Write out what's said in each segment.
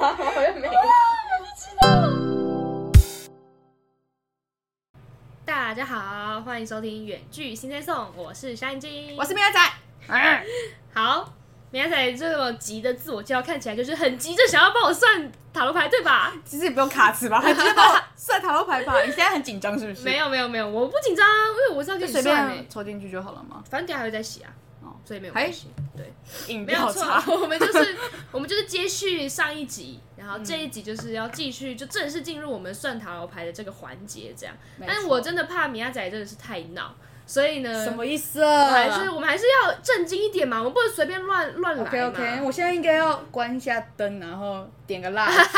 大家好，欢迎收听《远距新推送》，我是山金，我是喵仔。啊 好。明仔这么急的自我介绍，看起来就是很急着想要帮我算塔罗牌，对吧？其实也不用卡词吧， 他直接帮我算塔罗牌吧。你现在很紧张是不是？没有没有没有，我不紧张，因为我知道就跟你随算、便欸，抽进去就好了嘛。反正等一下还会再洗啊，哦所以没有关系。对，饮没有料错茶，， 我们 就是我们就是接续上一集，然后嗯这一集就是要继续就正式进入我们算塔罗牌的这个环节，这样。没但是错我真的怕米亚仔真的是太闹，所以呢，什么意思？我还是嗯我们还是要正经一点嘛，我们不能随便乱乱来嘛。 OK OK，我现在应该要关一下灯，然后点个 蜡，你真的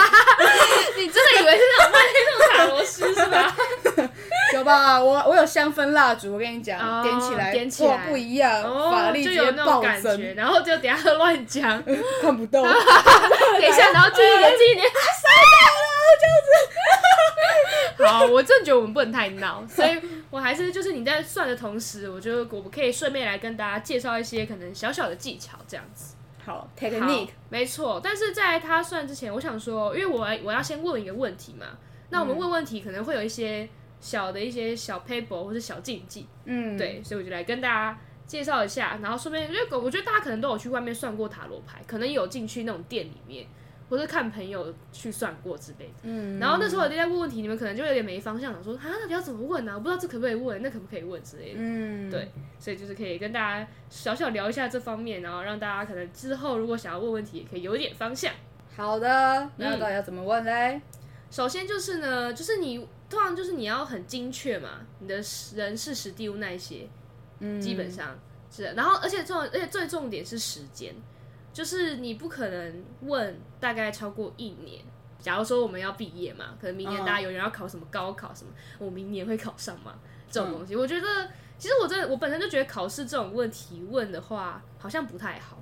以为是那种外面那种塔罗师是吧？有吧？我我有香氛蜡烛，我跟你讲，哦点起来，点起来哇不一样， 法哦，力就直有接那种暴感增觉，，然后就等一下乱讲，等 看 不到。一下，然后记一点，记 一点，谁讲了这样 子？好，我真的觉得我们不能太闹，所以我还是就是你在算的同时，我觉得我们可以顺便来跟大家介绍一些可能小小的技巧，这样子。好好，technique，没错。但是在他算之前，我想说，因为我我要先问一个问题嘛，那嗯我们问问题可能会有一些小的一些小 paper 或者小禁忌，嗯，，对，所以我就来跟大家介绍一下，然后顺便，因为我觉得大家可能都有去外面算过塔罗牌，可能有进去那种店里面，或者看朋友去算过之类的。嗯，然后那时候我就在问问题，你们可能就有点没方向，想说啊，到底要怎么问啊？我不知道这可不可以问，那可不可以问之类的。嗯，对所以就是可以跟大家小小聊一下这方面，然后让大家可能之后如果想要问问题，也可以有一点方向。好的，嗯那到底要怎么问嘞？首先就是呢，就是你通常就是你要很精确嘛，你的人事实地物那一些，嗯，基本上是的。然后而且重而且最重点是时间，就是你不可能问大概超过一年。假如说我们要毕业嘛，可能明年嗯大家有人要考什么高考什么，我明年会考上吗？这种东西，我觉得其实我真的我本身就觉得考试这种问题问的话，好像不太好。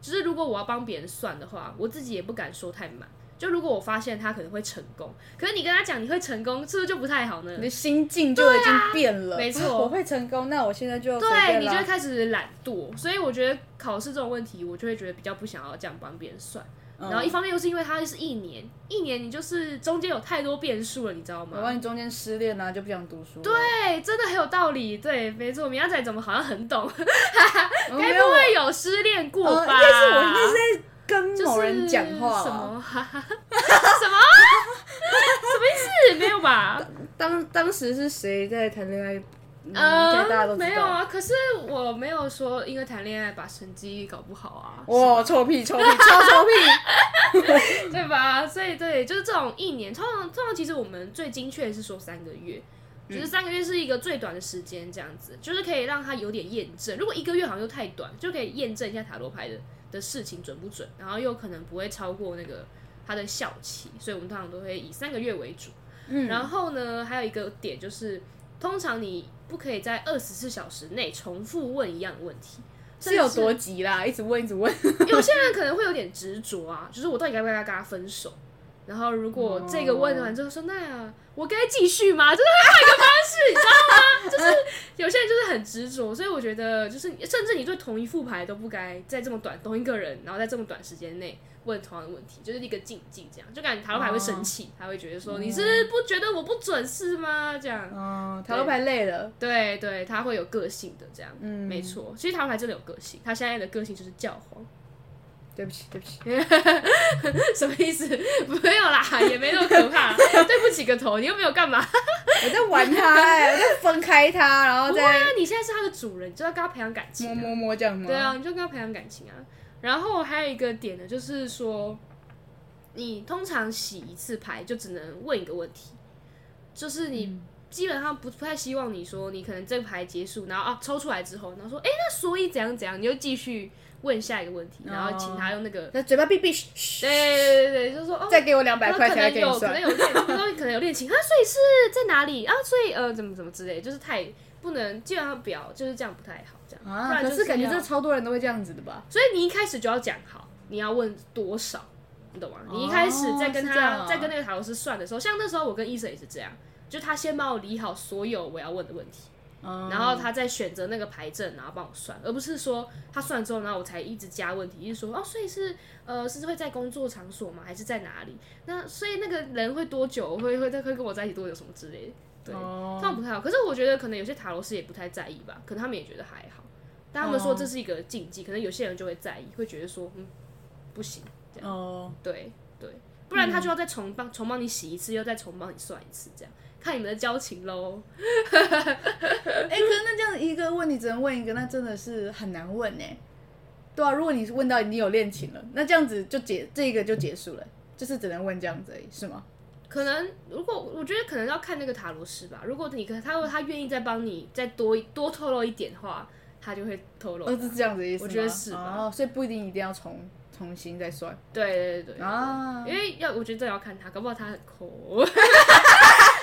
就是如果我要帮别人算的话，我自己也不敢说太满。就如果我发现他可能会成功，可是你跟他讲你会成功，是不是就不太好呢？你的心境就已经变嗯了，没错啊我会成功，那我现在就随对，便你就啦会开始懒惰，所以我觉得考试这种问题，我就会觉得比较不想要这样帮别人算。嗯然后一方面又是因为它是一年，一年你就是中间有太多变数了，你知道我万吗？一中间失恋啊，就不想读书。对，对，真的很有道理。对，没错，米亚仔怎么好像很懂？我该哦没不有，哎会有失恋过呃吧？应该是我应该是在跟就是某人讲话啊什啦。么？ 哈哈什么？什么意思？没有吧？当当时是谁在谈恋爱？ 嗯应呃该大家都没知有道。啊。可是我没有说因为谈恋爱把成绩搞不好啊。哇，臭屁臭屁超臭 屁！对吧？所以对，就是这种一年，通常通常其实我们最精确是说三个月，嗯就是三个月是一个最短的时间，这样子就是可以让它有点验证。如果一个月好像又太短，就可以验证一下塔罗牌的的事情准不准，然后又可能不会超过那个它的效期，所以我们通常都会以三个月为主。嗯然后呢，还有一个点就是，通常你不可以在二十四小时内重复问一样的问题。是有多急啦，一直问一 直问。有些人可能会有点执着啊，就是我到底该不该跟他分手？然后如果这个问完之后说，那我该继续吗？就是 另外一个方式，你知道吗？就是有些人就是很执着，所以我觉得就是，甚至你对同一副牌都不该在这么短同一个人，然后在这么短时间内问同样的问题，就是一个禁忌，这样就感觉塔罗牌会生气，他会觉得说你是不是不觉得我不准是吗？这样，嗯，塔罗牌累了。对对，他会有个性的这样，嗯，没。错。其实塔罗牌真的有个性，他现在的个性就是教皇。对不起，对不起。 什么意思？没有啦，也没那么可怕。对不起个头，你又没有干嘛。我在玩它，哎我在分开它，然后不会再嗯啊，你现在是他的主人，你就要跟他培养感情、摸啊。摸摸这样吗？对啊，你就跟他培养感情啊。然后还有一个点呢，就是说，你通常洗一次牌就只能问一个问题，就是你基本上不不太希望你说你可能这个牌结束，然后啊抽出来之后，然后说哎、诶那所以怎样怎样，你就继续问下一个问题，然后请他用那个。那嘴巴闭闭，嘘嘘对对对对，就说哦，再给我两百块可钱来能给你有可算能。有恋，比如说可能有恋情啊，所以是在哪里啊？所以呃，怎么怎么之类，就是太不能，基本上不要，就是这样不太好，这样。不啊，然可就是是感觉要这超多人都会这样子的吧？所以你一开始就要讲好，你要问多少，你懂吗？你一开始在跟是这他、样啊在跟那个塔罗师算的时候，像那时候我跟医生也是这样，就他先帮我理好所有我要问的问题，嗯然后他再选择那个牌阵，然后帮我算，而不是说他算之后，然后我才一直加问题，一直说哦，所以是呃是会在工作场所吗？还是在哪里？那所以那个人会多久？会会会跟我在一起多久？什么之类的？对，哦这样不太好。可是我觉得可能有些塔罗师也不太在意吧，可能他们也觉得还好，但他们说这是一个禁忌，可能有些人就会在意，会觉得说嗯不行，哦，对对，不然他就要再重帮、重帮你洗一次，又再重帮你算一次，这样看你们的交情喽。哎、可是那这样一个问你只能问一个，那真的是很难问呢、对啊，如果你问到你有恋情了，那这样子就结这个就结束了，就是只能问这样子而已，是吗？可能如果我觉得可能要看那个塔罗师吧，如果你可他他愿意再帮你再多一多透露一点的话，他就会透露吧。哦，是这样子的意思吗我觉得是吧哦，所以不一定一定要重重新再算对对对对啊。因为要我觉得这要看他，搞不好他很抠。啊，以上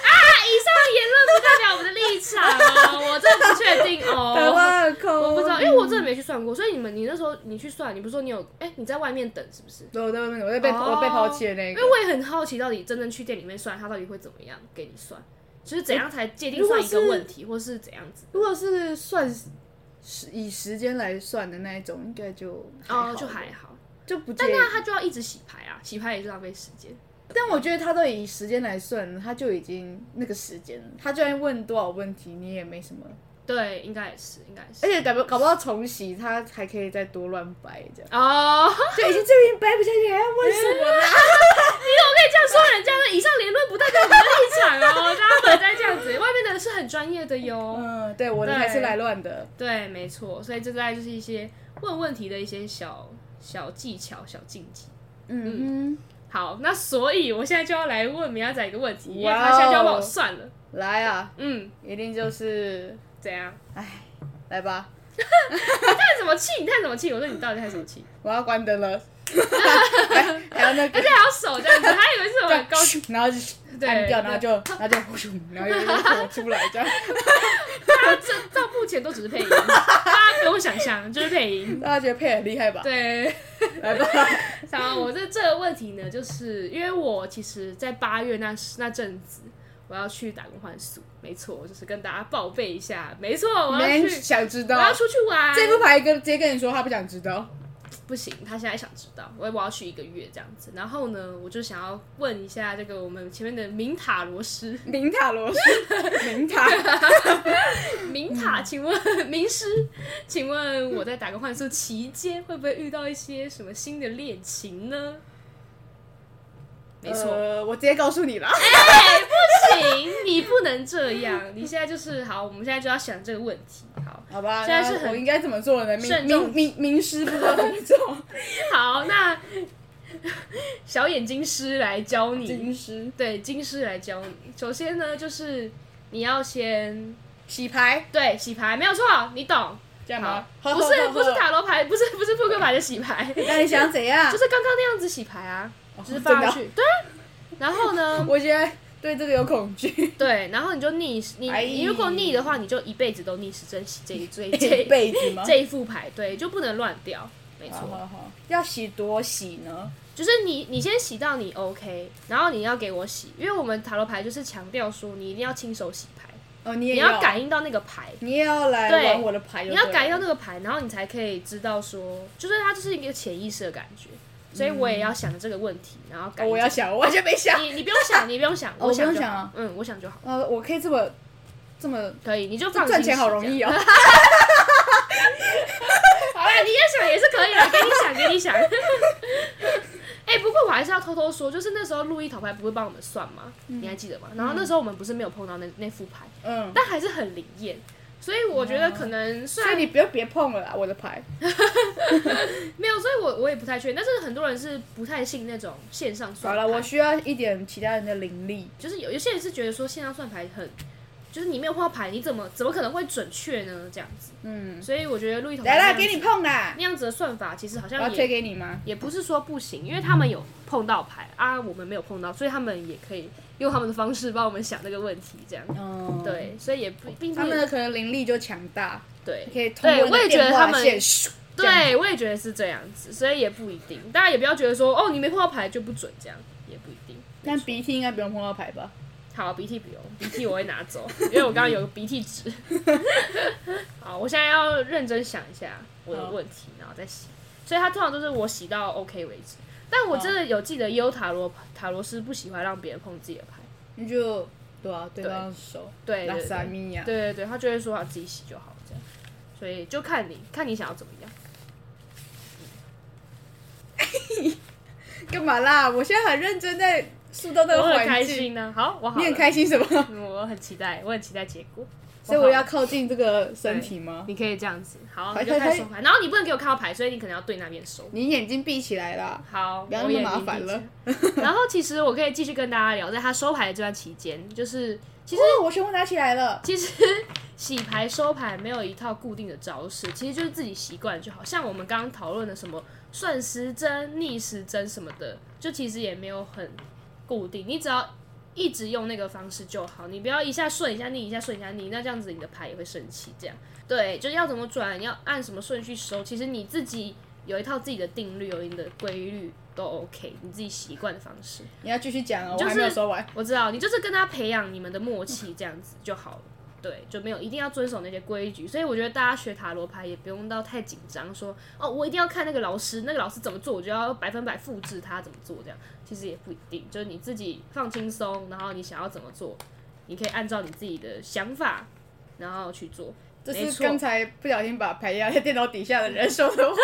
言论不代表我们的立场哦，我真的不确定台哦。湾口，我不知道，因为我真的没去算过，所以你们，你那时候你去算，你不是说你有，哎、你在外面等是不是？对，我在外面，我在被、哦我被抛弃的那因个为。我也很好奇，到底真正去店里面算，他到底会怎么样给你算，就是怎样才界定如果算一个是问题，或是怎样子？如果是算时以时间来算的那一种，应该就还好哦，就还好。就不介但意。那他就要一直洗牌啊，洗牌也是浪费时间。但我觉得他都以时间来算，他就已经那个时间了，他就算问多少问题，你也没什么。对，应该也是，应该也而是。，且搞不搞不到重洗，他还可以再多乱掰 这样哦， 就已经这边掰不下去，还要问什么呢？可以这样说人家的，以上言论不代表我们的立场哦，大家不要再这样子，外面的人是很专业的哟。嗯，对，我的才是来乱的。对，没错，所以这大概就是一些问问题的一些小小技巧、小禁忌。 嗯好，那所以我现在就要来问明仔仔一个问题，因为哇他哦现在就要帮我算了。哼，来啊，嗯，一定就是怎样？来吧，叹什么气？你叹什么气？我说你到底叹什么气？我要关灯了， 还还要那个而且。还要手这样子，他以为是我很高兴。然后就按 掉，然后就然后就呼咻，然后又又火出来这样。他 这到目前都只是配音，大家不用想象，就是配 音。大家觉得配很厉害吧？对，来吧，然后我这这个问题呢，就是因为我其实，在八月那时那阵子，我要去打工换宿，没错，就是跟大家报备一下，没错，我没要人去，想知我要道。出去玩。这副牌跟直接跟你说，他不想知道。不行，他现在想知道，我我要去一个月这样子。然后呢，我就想要问一下这个我们前面的明塔罗师，明塔罗斯， 明塔，明塔，嗯请问 明师，请问我在打工换宿期间会不会遇到一些什么新的恋情呢？没错， 呃我直接告诉你了。不行，你不能这样。你现在就是好，我们现在就要想这个问题。好，好吧，现在是那很我应该怎么做呢？明慎重明明明师不知道怎么 做，好，那小眼睛师来教你，金师对，金师来教你。首先呢，就是你要先洗牌，对洗牌，没有错，你懂。这样好吗？，好不是 好不是好塔罗牌，不是不是扑克牌的洗牌， 就那你想怎样？是刚刚那样子洗牌啊，就是真放的上哦 去，对啊。然后呢，我现在对这个有恐惧，对，然后你就逆你哎你如果逆的话，你就一辈子都逆时针洗这一这一这 一一辈子吗？这一副牌，对，就不能乱掉，没错。好好好，要洗多洗呢？就是你，你先洗到你 OK，然后你要给我洗，因为我们塔罗牌就是强调说你一定要亲手洗牌，哦，你也你要感应到那个牌，你也要来对玩我的牌就你对了，要感应到那个牌，然后你才可以知道说，就是它就是一个潜意识的感觉，所以我也要想这个问题，然后感哦应、我要想，我完全没 想。你你不用想，你不用想，哦我想我不就用好，想啊嗯，我想就好，呃，我可以这么这么可以，你就放心赚钱好容洗这样。易哦。好啦，你也想也是可以的，给你想，给你想。 哎、不过我还是要偷偷说，就是那时候路易讨牌不会帮我们算吗？你还记得吗？然后那时候我们不是没有碰到那那副牌，嗯，但还是很灵验，所以我觉得可能虽所以然你不要别碰了啦，我的牌。没有，所以我我也不太确定，但是很多人是不太信那种线上算好牌。了，我需要一点其他人的灵力。就是有有些人是觉得说线上算牌很，就是你没有碰到牌，你怎么怎么可能会准确呢？这样子，嗯，所以我觉得路易讨牌来那啦，样子给你碰啦，那样子的算法，其实好我像要也推给你吗？也不是说不行，因为他们有碰到牌啊，我们没有碰到，所以他们也可以用他们的方式帮我们想这个问题，这样。嗯，，对，所以也不并不他们的可能灵力就强大，对可以通过对我也那觉得电他话们线咻这样对，我也觉得是这样子，所以也不一定，大家也不要觉得说哦，你没碰到牌就不准这样，也不一定。但鼻涕应该不用碰到牌吧？好，鼻涕不用，鼻涕我会拿走，因为我刚刚有个鼻涕纸。 好，我现在要认真想一下我的好问题，然后再洗。所以它通常都是我洗到 OK 为止。但我真的有记得，也有塔罗塔罗师不喜欢让别人碰自己的牌。你就对啊，对方手对拉对萨对米亚，对对对，他就会说好自己洗就好这样。所以就看你看你想要怎么样。干嘛啦？我现在很认真在塑造那个我很环开境，心呢、好，我好你很了开心什么？嗯我很期待，我很期待结果。所以我好要了靠近这个身体吗？你可以这样子，好，还你就开还始收牌。然后你不能给我看到牌，所以你可能要对那边收。你眼睛闭起来啦，好，不要我那么眼麻睛烦闭了起来 然后其实我可以继续跟大家聊，在他收牌的这段期间，就是其实哦，我全部拿起来了。其实洗牌收牌没有一套固定的招式，其实就是自己习惯就好。像我们刚刚讨论的什么顺时针、逆时针什么的，就其实也没有很固定，你只要一直用那个方式就好，你不要一下顺一下逆，一下顺一下逆，那这样子你的牌也会生气。这样对，就是要怎么转，要按什么顺序收，其实你自己有一套自己的定律，有你的规律都 OK，你自己习惯的方式。你要继续讲啊，就我是还没有说完。我知道，你就是跟他培养你们的默契，这样子就好了。对，就没有一定要遵守那些规矩，所以我觉得大家学塔罗牌也不用到太紧张，说哦，我一定要看那个老师，那个老师怎么做，我就要百分百复制他怎么做，这样其实也不一定，就是你自己放轻松，然后你想要怎么做，你可以按照你自己的想法，然后去做。这没是错刚才不小心把牌压在电脑底下的人说 的话。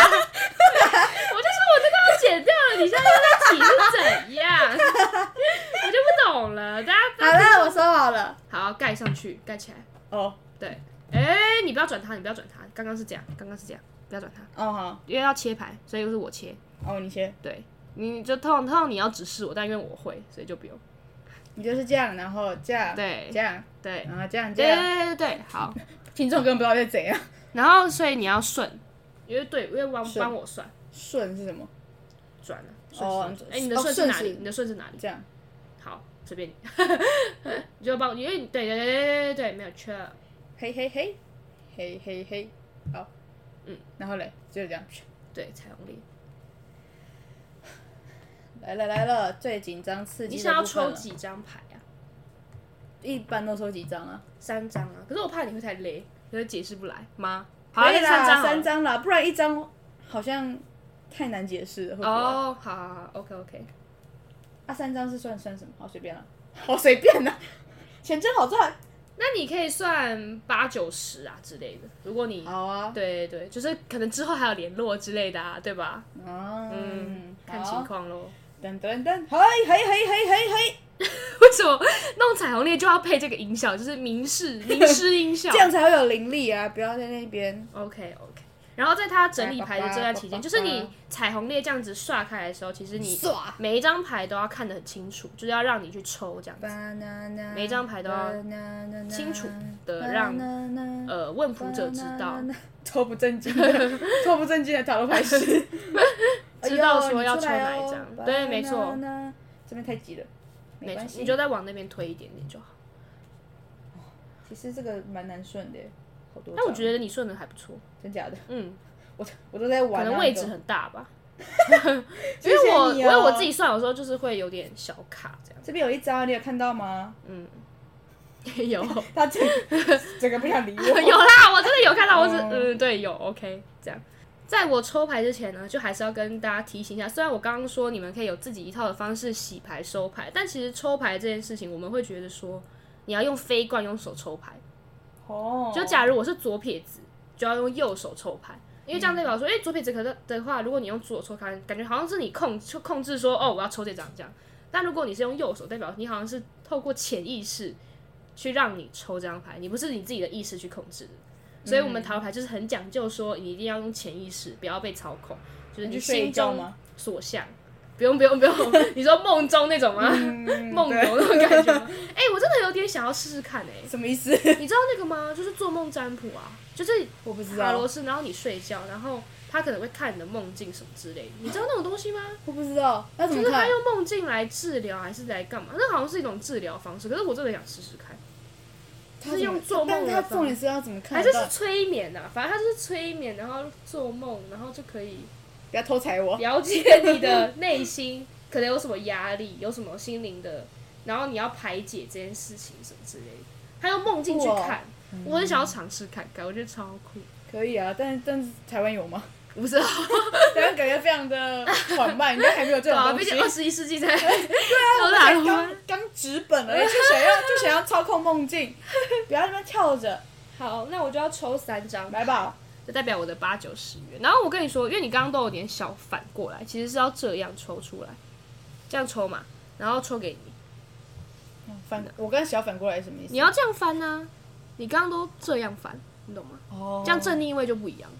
我就说我这个要剪掉了，你现在又在起是怎 样？我就不懂了，大好家了，我说好了。好盖上去，盖起来。哦对，哎、你不要转它，你不要转它，刚刚是这样，刚刚是这样，不要转它， 哦好，因为要切牌，所以是我切。哦你先，对，你就通常通常你要指示我，但因为我会，所以就不用。你就是这样，然后这样，对这样，对，然后这样这对样。对对对，好。听众根本不知道在怎样。然后所以你要顺，因为对，因为帮顺帮我算顺是什么？转了。哦顺时哎、你的哦顺是哪顺里？时你的顺是哪里？这样。好，随便你，你就帮我，因为对对对对对对，没有缺了。嘿嘿嘿，嘿嘿嘿，好，嗯，然后嘞，就这样，对，彩虹力。来了来了，最紧张刺你激的想要部分抽了？几张牌啊？一般都抽几张啊？三张啊，可是我怕你会太累，有点解释不来吗？好啊，可以那三张啦，好了三张啦，不然一张好像太难解释了，会不会？哦，好好好，OK OK，啊，三张是算算什么？好随便啦， 好随便啦， 钱真好赚。那你可以算八九十啊之类的，如果你。好啊，对对，就是可能之后还有联络之类的啊，对吧？嗯，看情。况喽。等等等，嘿嘿嘿嘿嘿嘿，为什么弄彩虹链就要配这个音效，就是明 示明示音效这样才会有灵力啊！不要在那边。 ？OK OK。然后在他整理牌的这段期间，叭叭叭叭叭就是你彩虹列这样子刷开来的时候，其实你唰每一张牌都要看得很清楚，就是要让你去抽这样子， banana，每一张牌都要 banana，清楚的让 banana，呃问卜者知道 banana，超不正经 的，超不正经的塔罗牌师，知道说哎呦要你抽出来哪一哦张对没错 banana，这边太急了，没没关错，系，你就再往那边推一点点就好。其实这个蛮难顺的，好多张。但我觉得你顺的还不错，真假的，嗯，我我都在玩可啊，能位置那种，很大吧。因因为我因为我自己算有时候就是会有点小卡这样啊这边有一张，你有看到吗？， 有他整 整个不想理 我，有啦，我真的有看到，我只哦嗯对有 OK 这样。在我抽牌之前呢，就还是要跟大家提醒一下，虽然我刚刚说你们可以有自己一套的方式洗牌收牌，但其实抽牌这件事情，我们会觉得说你要用飞罐用手抽牌，哦，就假如我是左撇子，就要用右手抽牌，因为这样代表说，哎、左撇子可能的话，如果你用左手抽牌，感觉好像是你控就控制说，哦，我要抽这张这样。但如果你是用右手，代表你好像是透过潜意识去让你抽这张牌，你不是你自己的意识去控制的。所以我们塔罗牌就是很讲究说，你一定要用潜意识，不要被操控，就是你你去睡一心觉中吗？所向。不用不用不 用，你说梦中那种吗？梦游那种感觉吗？哎、我真的有点想要试试看哎、什么意思？ 你知道那个吗？就是做梦占卜啊，就是我不知塔罗道，斯，然后你睡觉，然后他可能会看你的梦境什么之类的，你知道那种东西吗？我不知道，那怎就么是看他？用梦境来治疗还是来干嘛？那好像是一种治疗方式，可是我真的想试试看，他是怎用么做梦但的他方重点是要怎么看还得是到是催眠啊？反正他就是催眠，然后做梦，然后就可以 不要偷踩我。了解你的内心，可能有什么压力，有什么心灵的然后你要排解这件事情什么之类的，还有梦境去哇看，我很想要尝试看看，我觉得超酷。可以啊，但但是台湾有吗？ 我不知道，台湾感觉非常的缓 慢，应该还没有这对种啊，东毕西。竟二十一世纪才对 我啊们才刚刚纸本而已，就想要 就想要操控梦境，不要在那边跳着，好，那我就要抽三张，来吧。就代表我的八九十元。然后我跟你说，因为你刚刚都有点小反过来，其实是要这样抽出来，这样抽嘛，然后抽给你，嗯反我刚才小反过来是什么意思？你要这样翻啊，你刚刚都这样翻，你懂吗？哦，这样正逆位就不一样。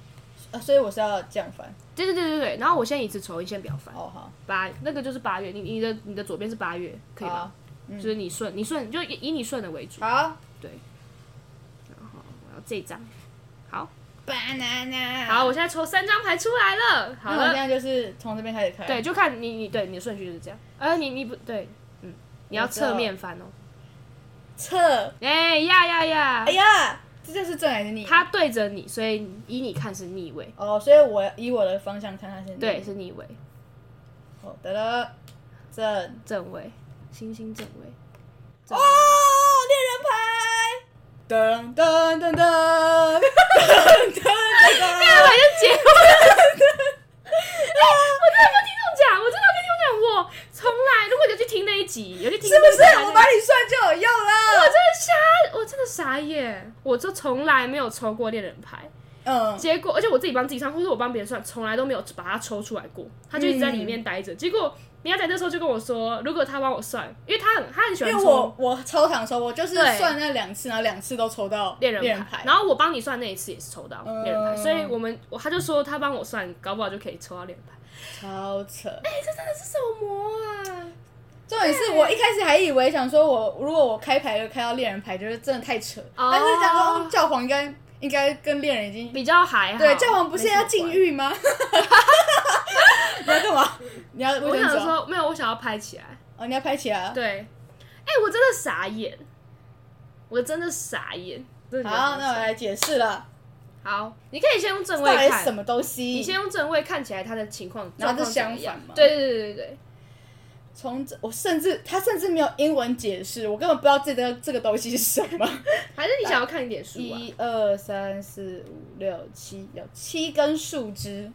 啊，所以我是要这样翻。对对对对对，然后我现在一次抽，你先不要翻。哦好，八那个就是八月，你你的你的左边是八月，可以吗？就是你顺你顺就以以你顺的为主。好好对，然后我要这一张，好， ，banana。好，我现在抽三张牌出来了，好那我了，现在就是从这边开始看。对，就看你你对你的顺序就是这样，呃，你你不对，嗯，你要我知道侧面翻哦，侧，哎呀呀呀哎，呀，这就是正来的你。它对着你，所以以你看是逆位，哦，所以我以我的方向看它是。对，。是逆位，好的了，正。哦，正位，星星正位，恋人牌。噔噔噔噔噔噔噔哎 噔。我就结婚了。 哎我真的跟听众讲，我真的跟听众讲，我从来如果有去听那一集，有去听是不是？我把把你算就有用我真了。的傻，我真的傻眼，我就从来没有抽过恋人牌，嗯，结果而且我自己帮自己算，或者我帮别人算，从来都没有把它抽出来过，他就一直在里面嗯待着。结果人家在那时候就跟我说，如果他帮我算，因为他很他很喜因欢为抽我我超常抽，我就是对算那两次，然后两次都抽到恋人牌，牌。然后我帮你算那一次也是抽到嗯恋人牌，所以我们我他就说他帮我算，搞不好就可以抽到恋人牌。超扯。这是什么啊？重点是我一开始还以为想说我，如果我开牌就开到恋人牌，就是真的太扯。哦但是想说教皇应该应该跟恋人已经比较还好。对，教皇不是没什么要禁关？欲吗？你要干嘛？你要我卫想生纸哦？说没有，我想要拍起来。哦，你要拍起来啊。对，哎、我真的傻眼，我真的傻眼。真的觉得好，很那我扯来解释了，好，你可以先用正到位底是什看，么东你西？先用正位看起来他的情况，然后就状况怎么样嗯相反嘛对对对对对，从这，我甚至他甚至没有英文解释，我根本不知道这个这个东西是 什么。还是你想要看一点书啊？一二三四五六七，有七根树枝。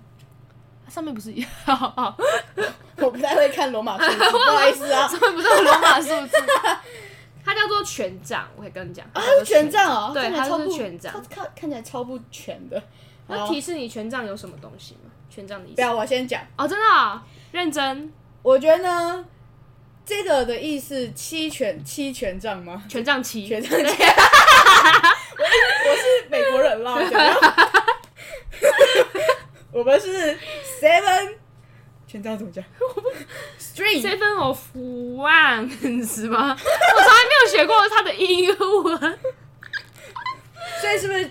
上面不是， 上 我不太会看罗马数 字，不好意思啊。面不是有罗马数字， 它叫做权杖。我可以跟你讲，它啊，叫它做是权。杖哦，对看起来它超是不权杖它看看起来超不全的。那好提示你权杖有什么东西吗？权杖的意哦不思？要，我先讲。哦，真的哦、认真，我觉得呢，这个的意思七权七权杖吗？ 权杖七，权杖 七。我是我是美国人啦，我讲 我们是 seven 权杖怎么讲 ？string Seven of One 是吗？ 我从来没有学过它的英文。所以是不是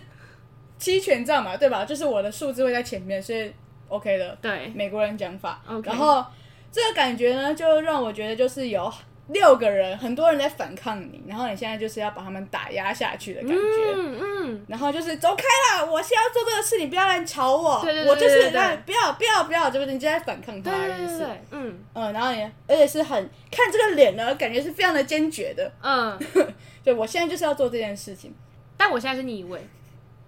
七权杖嘛？对吧？就是我的数字会在前面，所以 OK 的。对，美国人讲法。 OK 然后这个感觉呢，就让我觉得就是有六个人，很多人在反抗你，然后你现在就是要把他们打压下去的感觉。嗯嗯，然后就是走开啦！我现在要做这个事，你不要来吵我。对对对我就是对对哎不要不要不要，就是你就在反抗他对的意对思。对对，嗯嗯，然后也而且是很看这个脸呢，感觉是非常的坚决的。嗯，对我现在就是要做这件事情。但我现在是逆位，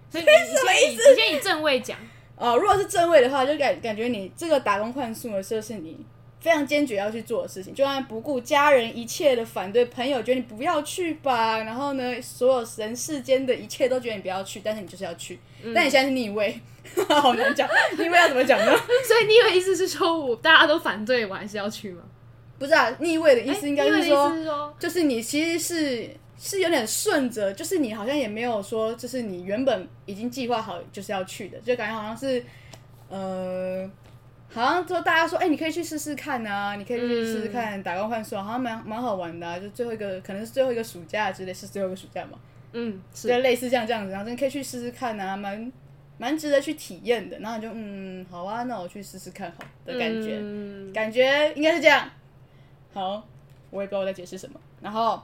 所以 你你先以你先以正位讲，呃，如果是正位的话，就感感觉你这个打工换宿呢，就是你非常坚决要去做的事情，就算不顾家人一切的反对，朋友觉得你不要去吧，然后呢，所有人世间的一切都觉得你不要去，但是你就是要去。嗯但你现在是逆位， 好难讲，逆位要怎么讲呢？所以你的意思是说我大家都反对，我还是要去吗？不是啊，逆位的意思应该哎是逆位的说，意思是说，就是你其实是是有点顺着，就是你好像也没有说，就是你原本已经计划好就是要去的，就感觉好像是，呃，好像说大家说，哎、你可以去试试看啊，你可以去试试看打工换宿啊，好像蛮蛮好玩的、啊，就最后一个可能是最后一个暑假之类，是最后一个暑假嘛，嗯，就是类似像这样子，然后真的可以去试试看啊，蛮蛮值得去体验的，然后你就嗯，好啊，那我去试试看好的感觉，嗯感觉应该是这样。好，我也不知道我在解释什么。然后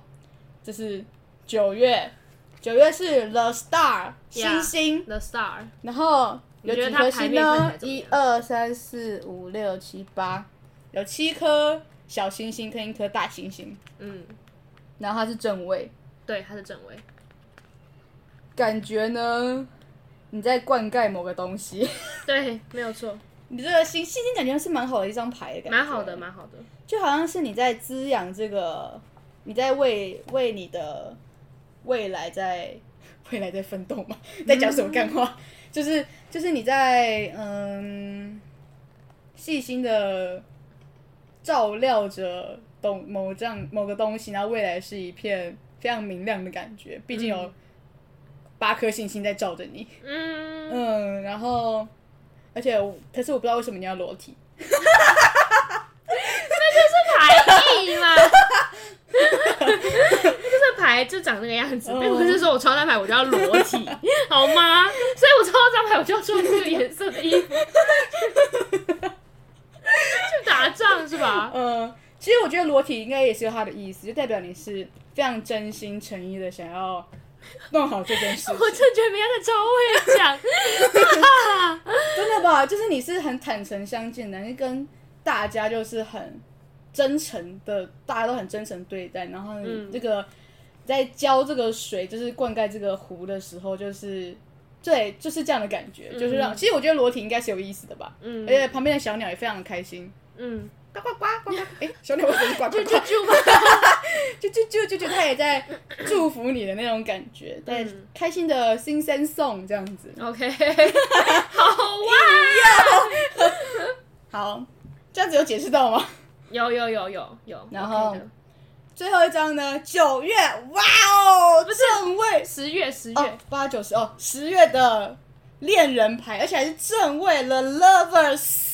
这是九月，九月是 The Star 星 Yeah 星， The Star，然后你有觉得几颗它排星面看起呢来？怎么一样二三四五六七八，有七颗小星星跟一颗大星星。嗯，然后他是正位，对，他是正位。感觉呢你在灌溉某个 东西。对，没有错，你这个心心情感觉是蛮好的一张牌的感觉，蛮好的，蛮好的。就好像是你在滋养这个，你在为为你的未来在未来在奋斗嘛，在讲什么干话？就是就是你在嗯细心的照料着东某这样某个东西，然后未来是一片非常明亮的感觉，毕竟有八颗星星在照着你。嗯，嗯，然后而且我可是我不知道为什么你要裸体。这牌意嘛，这牌就长那个样子，哦但不是说我抽到那牌我就要裸 体，好吗？所以我抽到这张牌我就要穿这个颜色的 衣服，去打仗是吧？嗯，其实我觉得裸体应该也是有它的意思，就代表你是非常真心诚意的想要弄好这件事情 我，真觉得人家的超会讲，真的吧？就是你是很坦诚相见的，你跟大家就是很真诚的，大家都很真诚对待，然后你嗯这个、在浇这个水，就是灌溉这个湖的时候，就是。对，就是这样的感觉，就是让。其实我觉得裸体应该是有意思的吧，嗯而且旁边的小鸟也非常开心，嗯，呱呱呱呱呱，哎、小鸟为什么是呱呱就呱就？就吧，就就就就就他也在祝福你的那种感觉，在嗯开心的新生颂这样子。 OK，好啊哇，好，这样子有解释到吗？有有有有有，然后 OK 的最后一张呢，九月，哇哦，正位十月十哦月，，八九十哦，十月的恋人牌，而且还是正位了 lovers。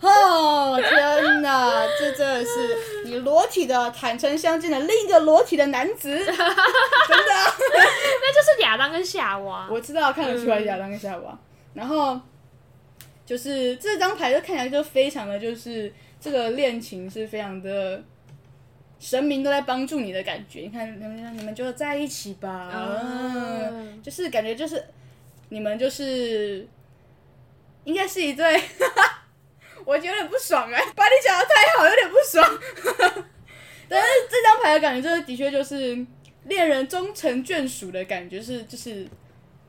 哦天哪，这真的是你裸体的坦诚相见的另一个裸体的啊男子，真的。那就是亚当跟夏娃，我知道看得出来亚当跟夏娃，然后就是这张牌就看起来就非常的就是这个恋情是非常的。神明都在帮助你的感觉，你看你们你们就在一起吧，哦就是感觉就是你们就是应该是一对，我觉得有点不爽哎、把你讲的太好，有点不爽。 但是这张牌的感觉，就是的确就是恋人终成眷属的感觉，是就是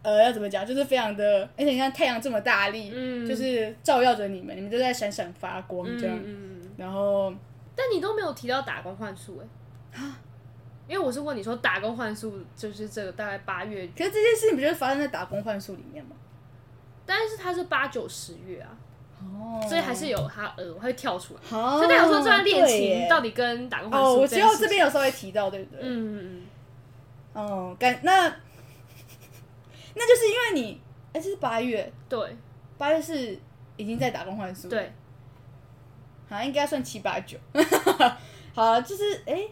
呃要怎么讲，就是非常的，而且你看太阳这么大力，嗯就是照耀着你们，你们都在闪闪发光这样。嗯嗯，然后但你都没有提到打工换宿哎、啊因为我是问你说打工换宿就是这个大概八月，可是这件事情不就是发生在打工幻术里面吗？但是它是八九十月啊，哦所以还是有它额会跳出来。好，所以代表说这段恋对耶情到底跟打工换哦，宿我这只件有事情、这边有稍微提到，对不对？嗯，嗯嗯哦，感那那就是因为你，哎、这是八月，对八月是已经在打工换宿，，对，好像应该算七八九。 好，就是哎、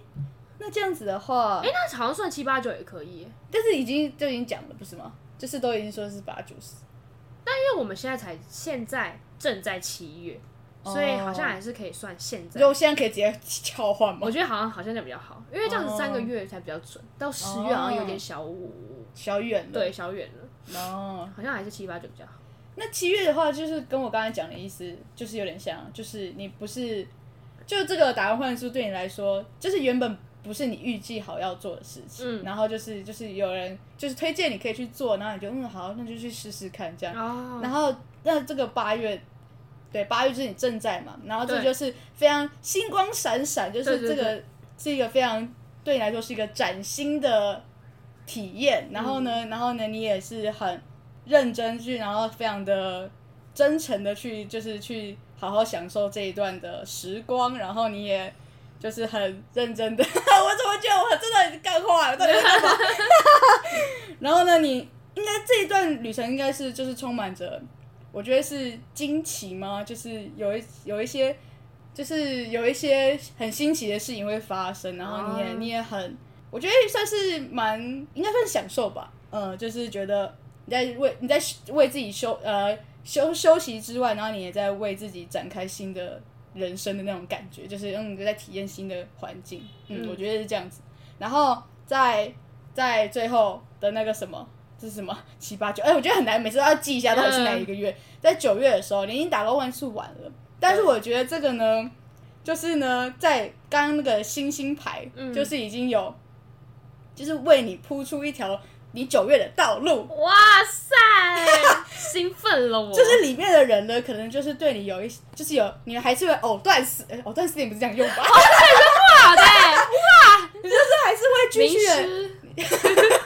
那这样子的话，哎、那好像算七八九也可以耶、但是已经就已经讲了，不是吗？就是都已经说是八九十，因为我们现在才现在正在七月，所哦以好像还是可以算现在。就现在可以直接交换吗我？觉得好像好像这样比较好，因为这样子哦三个月才比较准，到十月好像有点小小远了，对，小远了，哦。好像还是七八九比较好。那七月的话，就是跟我刚才讲的意思，就是有点像，就是你不是就这个打工换宿对你来说，就是原本不是你预计好要做的事情，嗯然后就是就是有人就是推荐你可以去做，然后你就嗯好，那就去试试看这样。哦，然后那这个八月，对八月就是你正在嘛，然后这对就是非常星光闪闪，就是对对这个是一个非常对你来说是一个崭新的体验。然后嗯呢，然后呢，你也是很认真去，然后非常的真诚的去，就是去好好享受这一段的时光。然后你也。就是很认真的，我 怎么觉得我真的很干话？我到底在干嘛？然后呢，你应该这一段旅程应该是就是充满着，我觉得是惊奇吗？就是有一有一些，就是有一些很新奇的事情会发生，然后你也、哦你也很，我觉得算是蛮应该算是享受吧，嗯，就是觉得你在为你在为自己休呃休休息之外，然后你也在为自己展开新的人生的那种感觉，就是嗯你在体验新的环境，嗯，嗯我觉得是这样子。然后在在最后的那个什么，这是什么 七八九？哎、我觉得很难，每次都要记一下嗯嗯到底是哪一个月。在九月的时候，你已经打工换数完了，但是我觉得这个呢，就是呢，在刚刚那个星星牌，嗯就是已经有，就是为你铺出一条你九月的道路。哇塞， 兴奋了我！就是里面的人呢，可能就是对你有一，就是有你们还是会藕断丝，呃藕断丝连不是这样用吧？好的，你就是还是会 继名续的师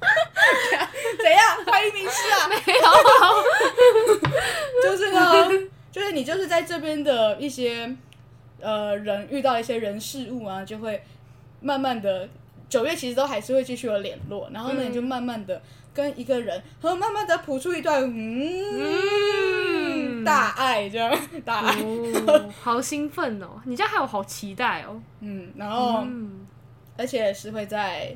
怎样？欢迎名 师啊！没 有，就是呢，就是你就是在这边的一些呃人遇到一些人事物啊，就会慢慢的九月其实都还是会继续有联络，然后呢、嗯你就慢慢的跟一个人，然后慢慢的谱出一段嗯嗯大爱这样大爱，哦，好兴奋哦！你这样害我好期待哦。嗯，然后、嗯，而且是会在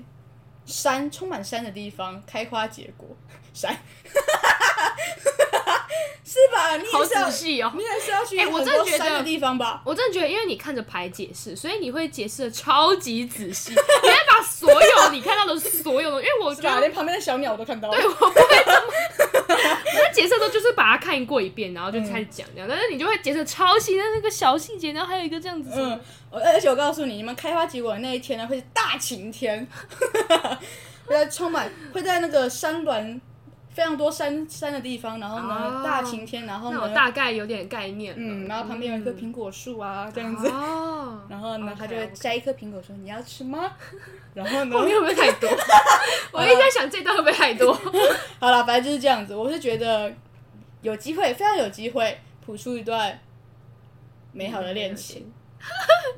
山充满山的地方开花结果， 山。 是吧？你好也是要，仔细哦你。也是要去哎我很真的多觉得山的地方吧？哎我真的觉得，因为你看着牌解释，所以你会解释的超级仔细，你 会把所有你看到的所有的，因为我是觉得吧？啊连旁边的小鸟我都看到了。对我不会这么，我在解释的时候就是把它看过一遍，然后就开始讲这嗯样，但是你就会解释超细的那个小细节，然后还有一个这样子什么嗯，我而且我告诉你，你们开花结果的那一天呢，会是大晴天， 会在充满会在那个山峦非常多山山的地方，然后呢、哦大晴天，然后那我呢，大概有点概念了。嗯，然后旁边有一棵苹果树啊，这样子，哦，然后呢， OK，他就会 OK 摘一颗苹果说你要吃吗？ 然后呢后，面会不会太 多？我一直在想这段会不会太多？好了，反正就是这样子。我是觉得有机会，非常有机会谱出一段美好的恋情。，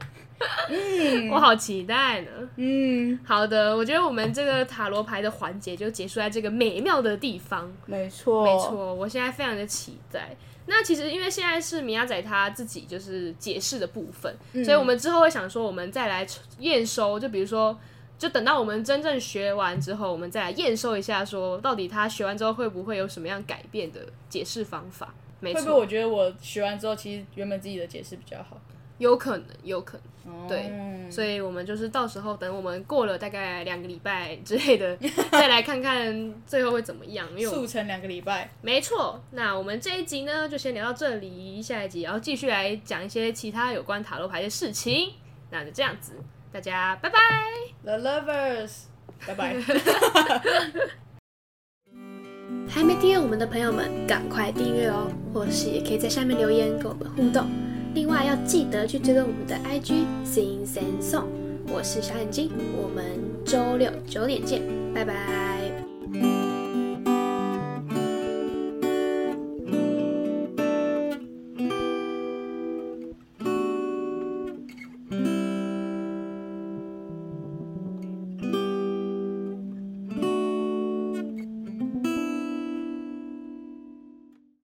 嗯我好期待呢。嗯，好的，我觉得我们这个塔罗牌的环节就结束在这个美妙的地方。没错，没，错，我现在非常的期待。那其实因为现在是米亚仔他自己就是解释的部分，嗯所以我们之后会想说，我们再来验收，就比如说。就等到我们真正学完之后，我们再来验收一下，说到底他学完之后会不会有什么样改变的解释方法？没会不会错，我觉得我学完之后，其实原本自己的解释比较好？有可能，有可能。对哦所以我们就是到时候等我们过了大概两个礼拜之类的，再来看看最后会怎么样。因为我速成两个礼拜。没错，那我们这一集呢就先聊到这里，下一集然后继续来讲一些其他有关塔罗牌的事情。那就这样子，大家拜拜。 The lovers，拜 拜。还没订阅我们的朋友们，赶快订阅哦！或是也可以在下面留言跟我们互动。另外要记得去追踪我们的 IG Sing Sing Song，我是小眼睛，我们周六九点见，拜拜。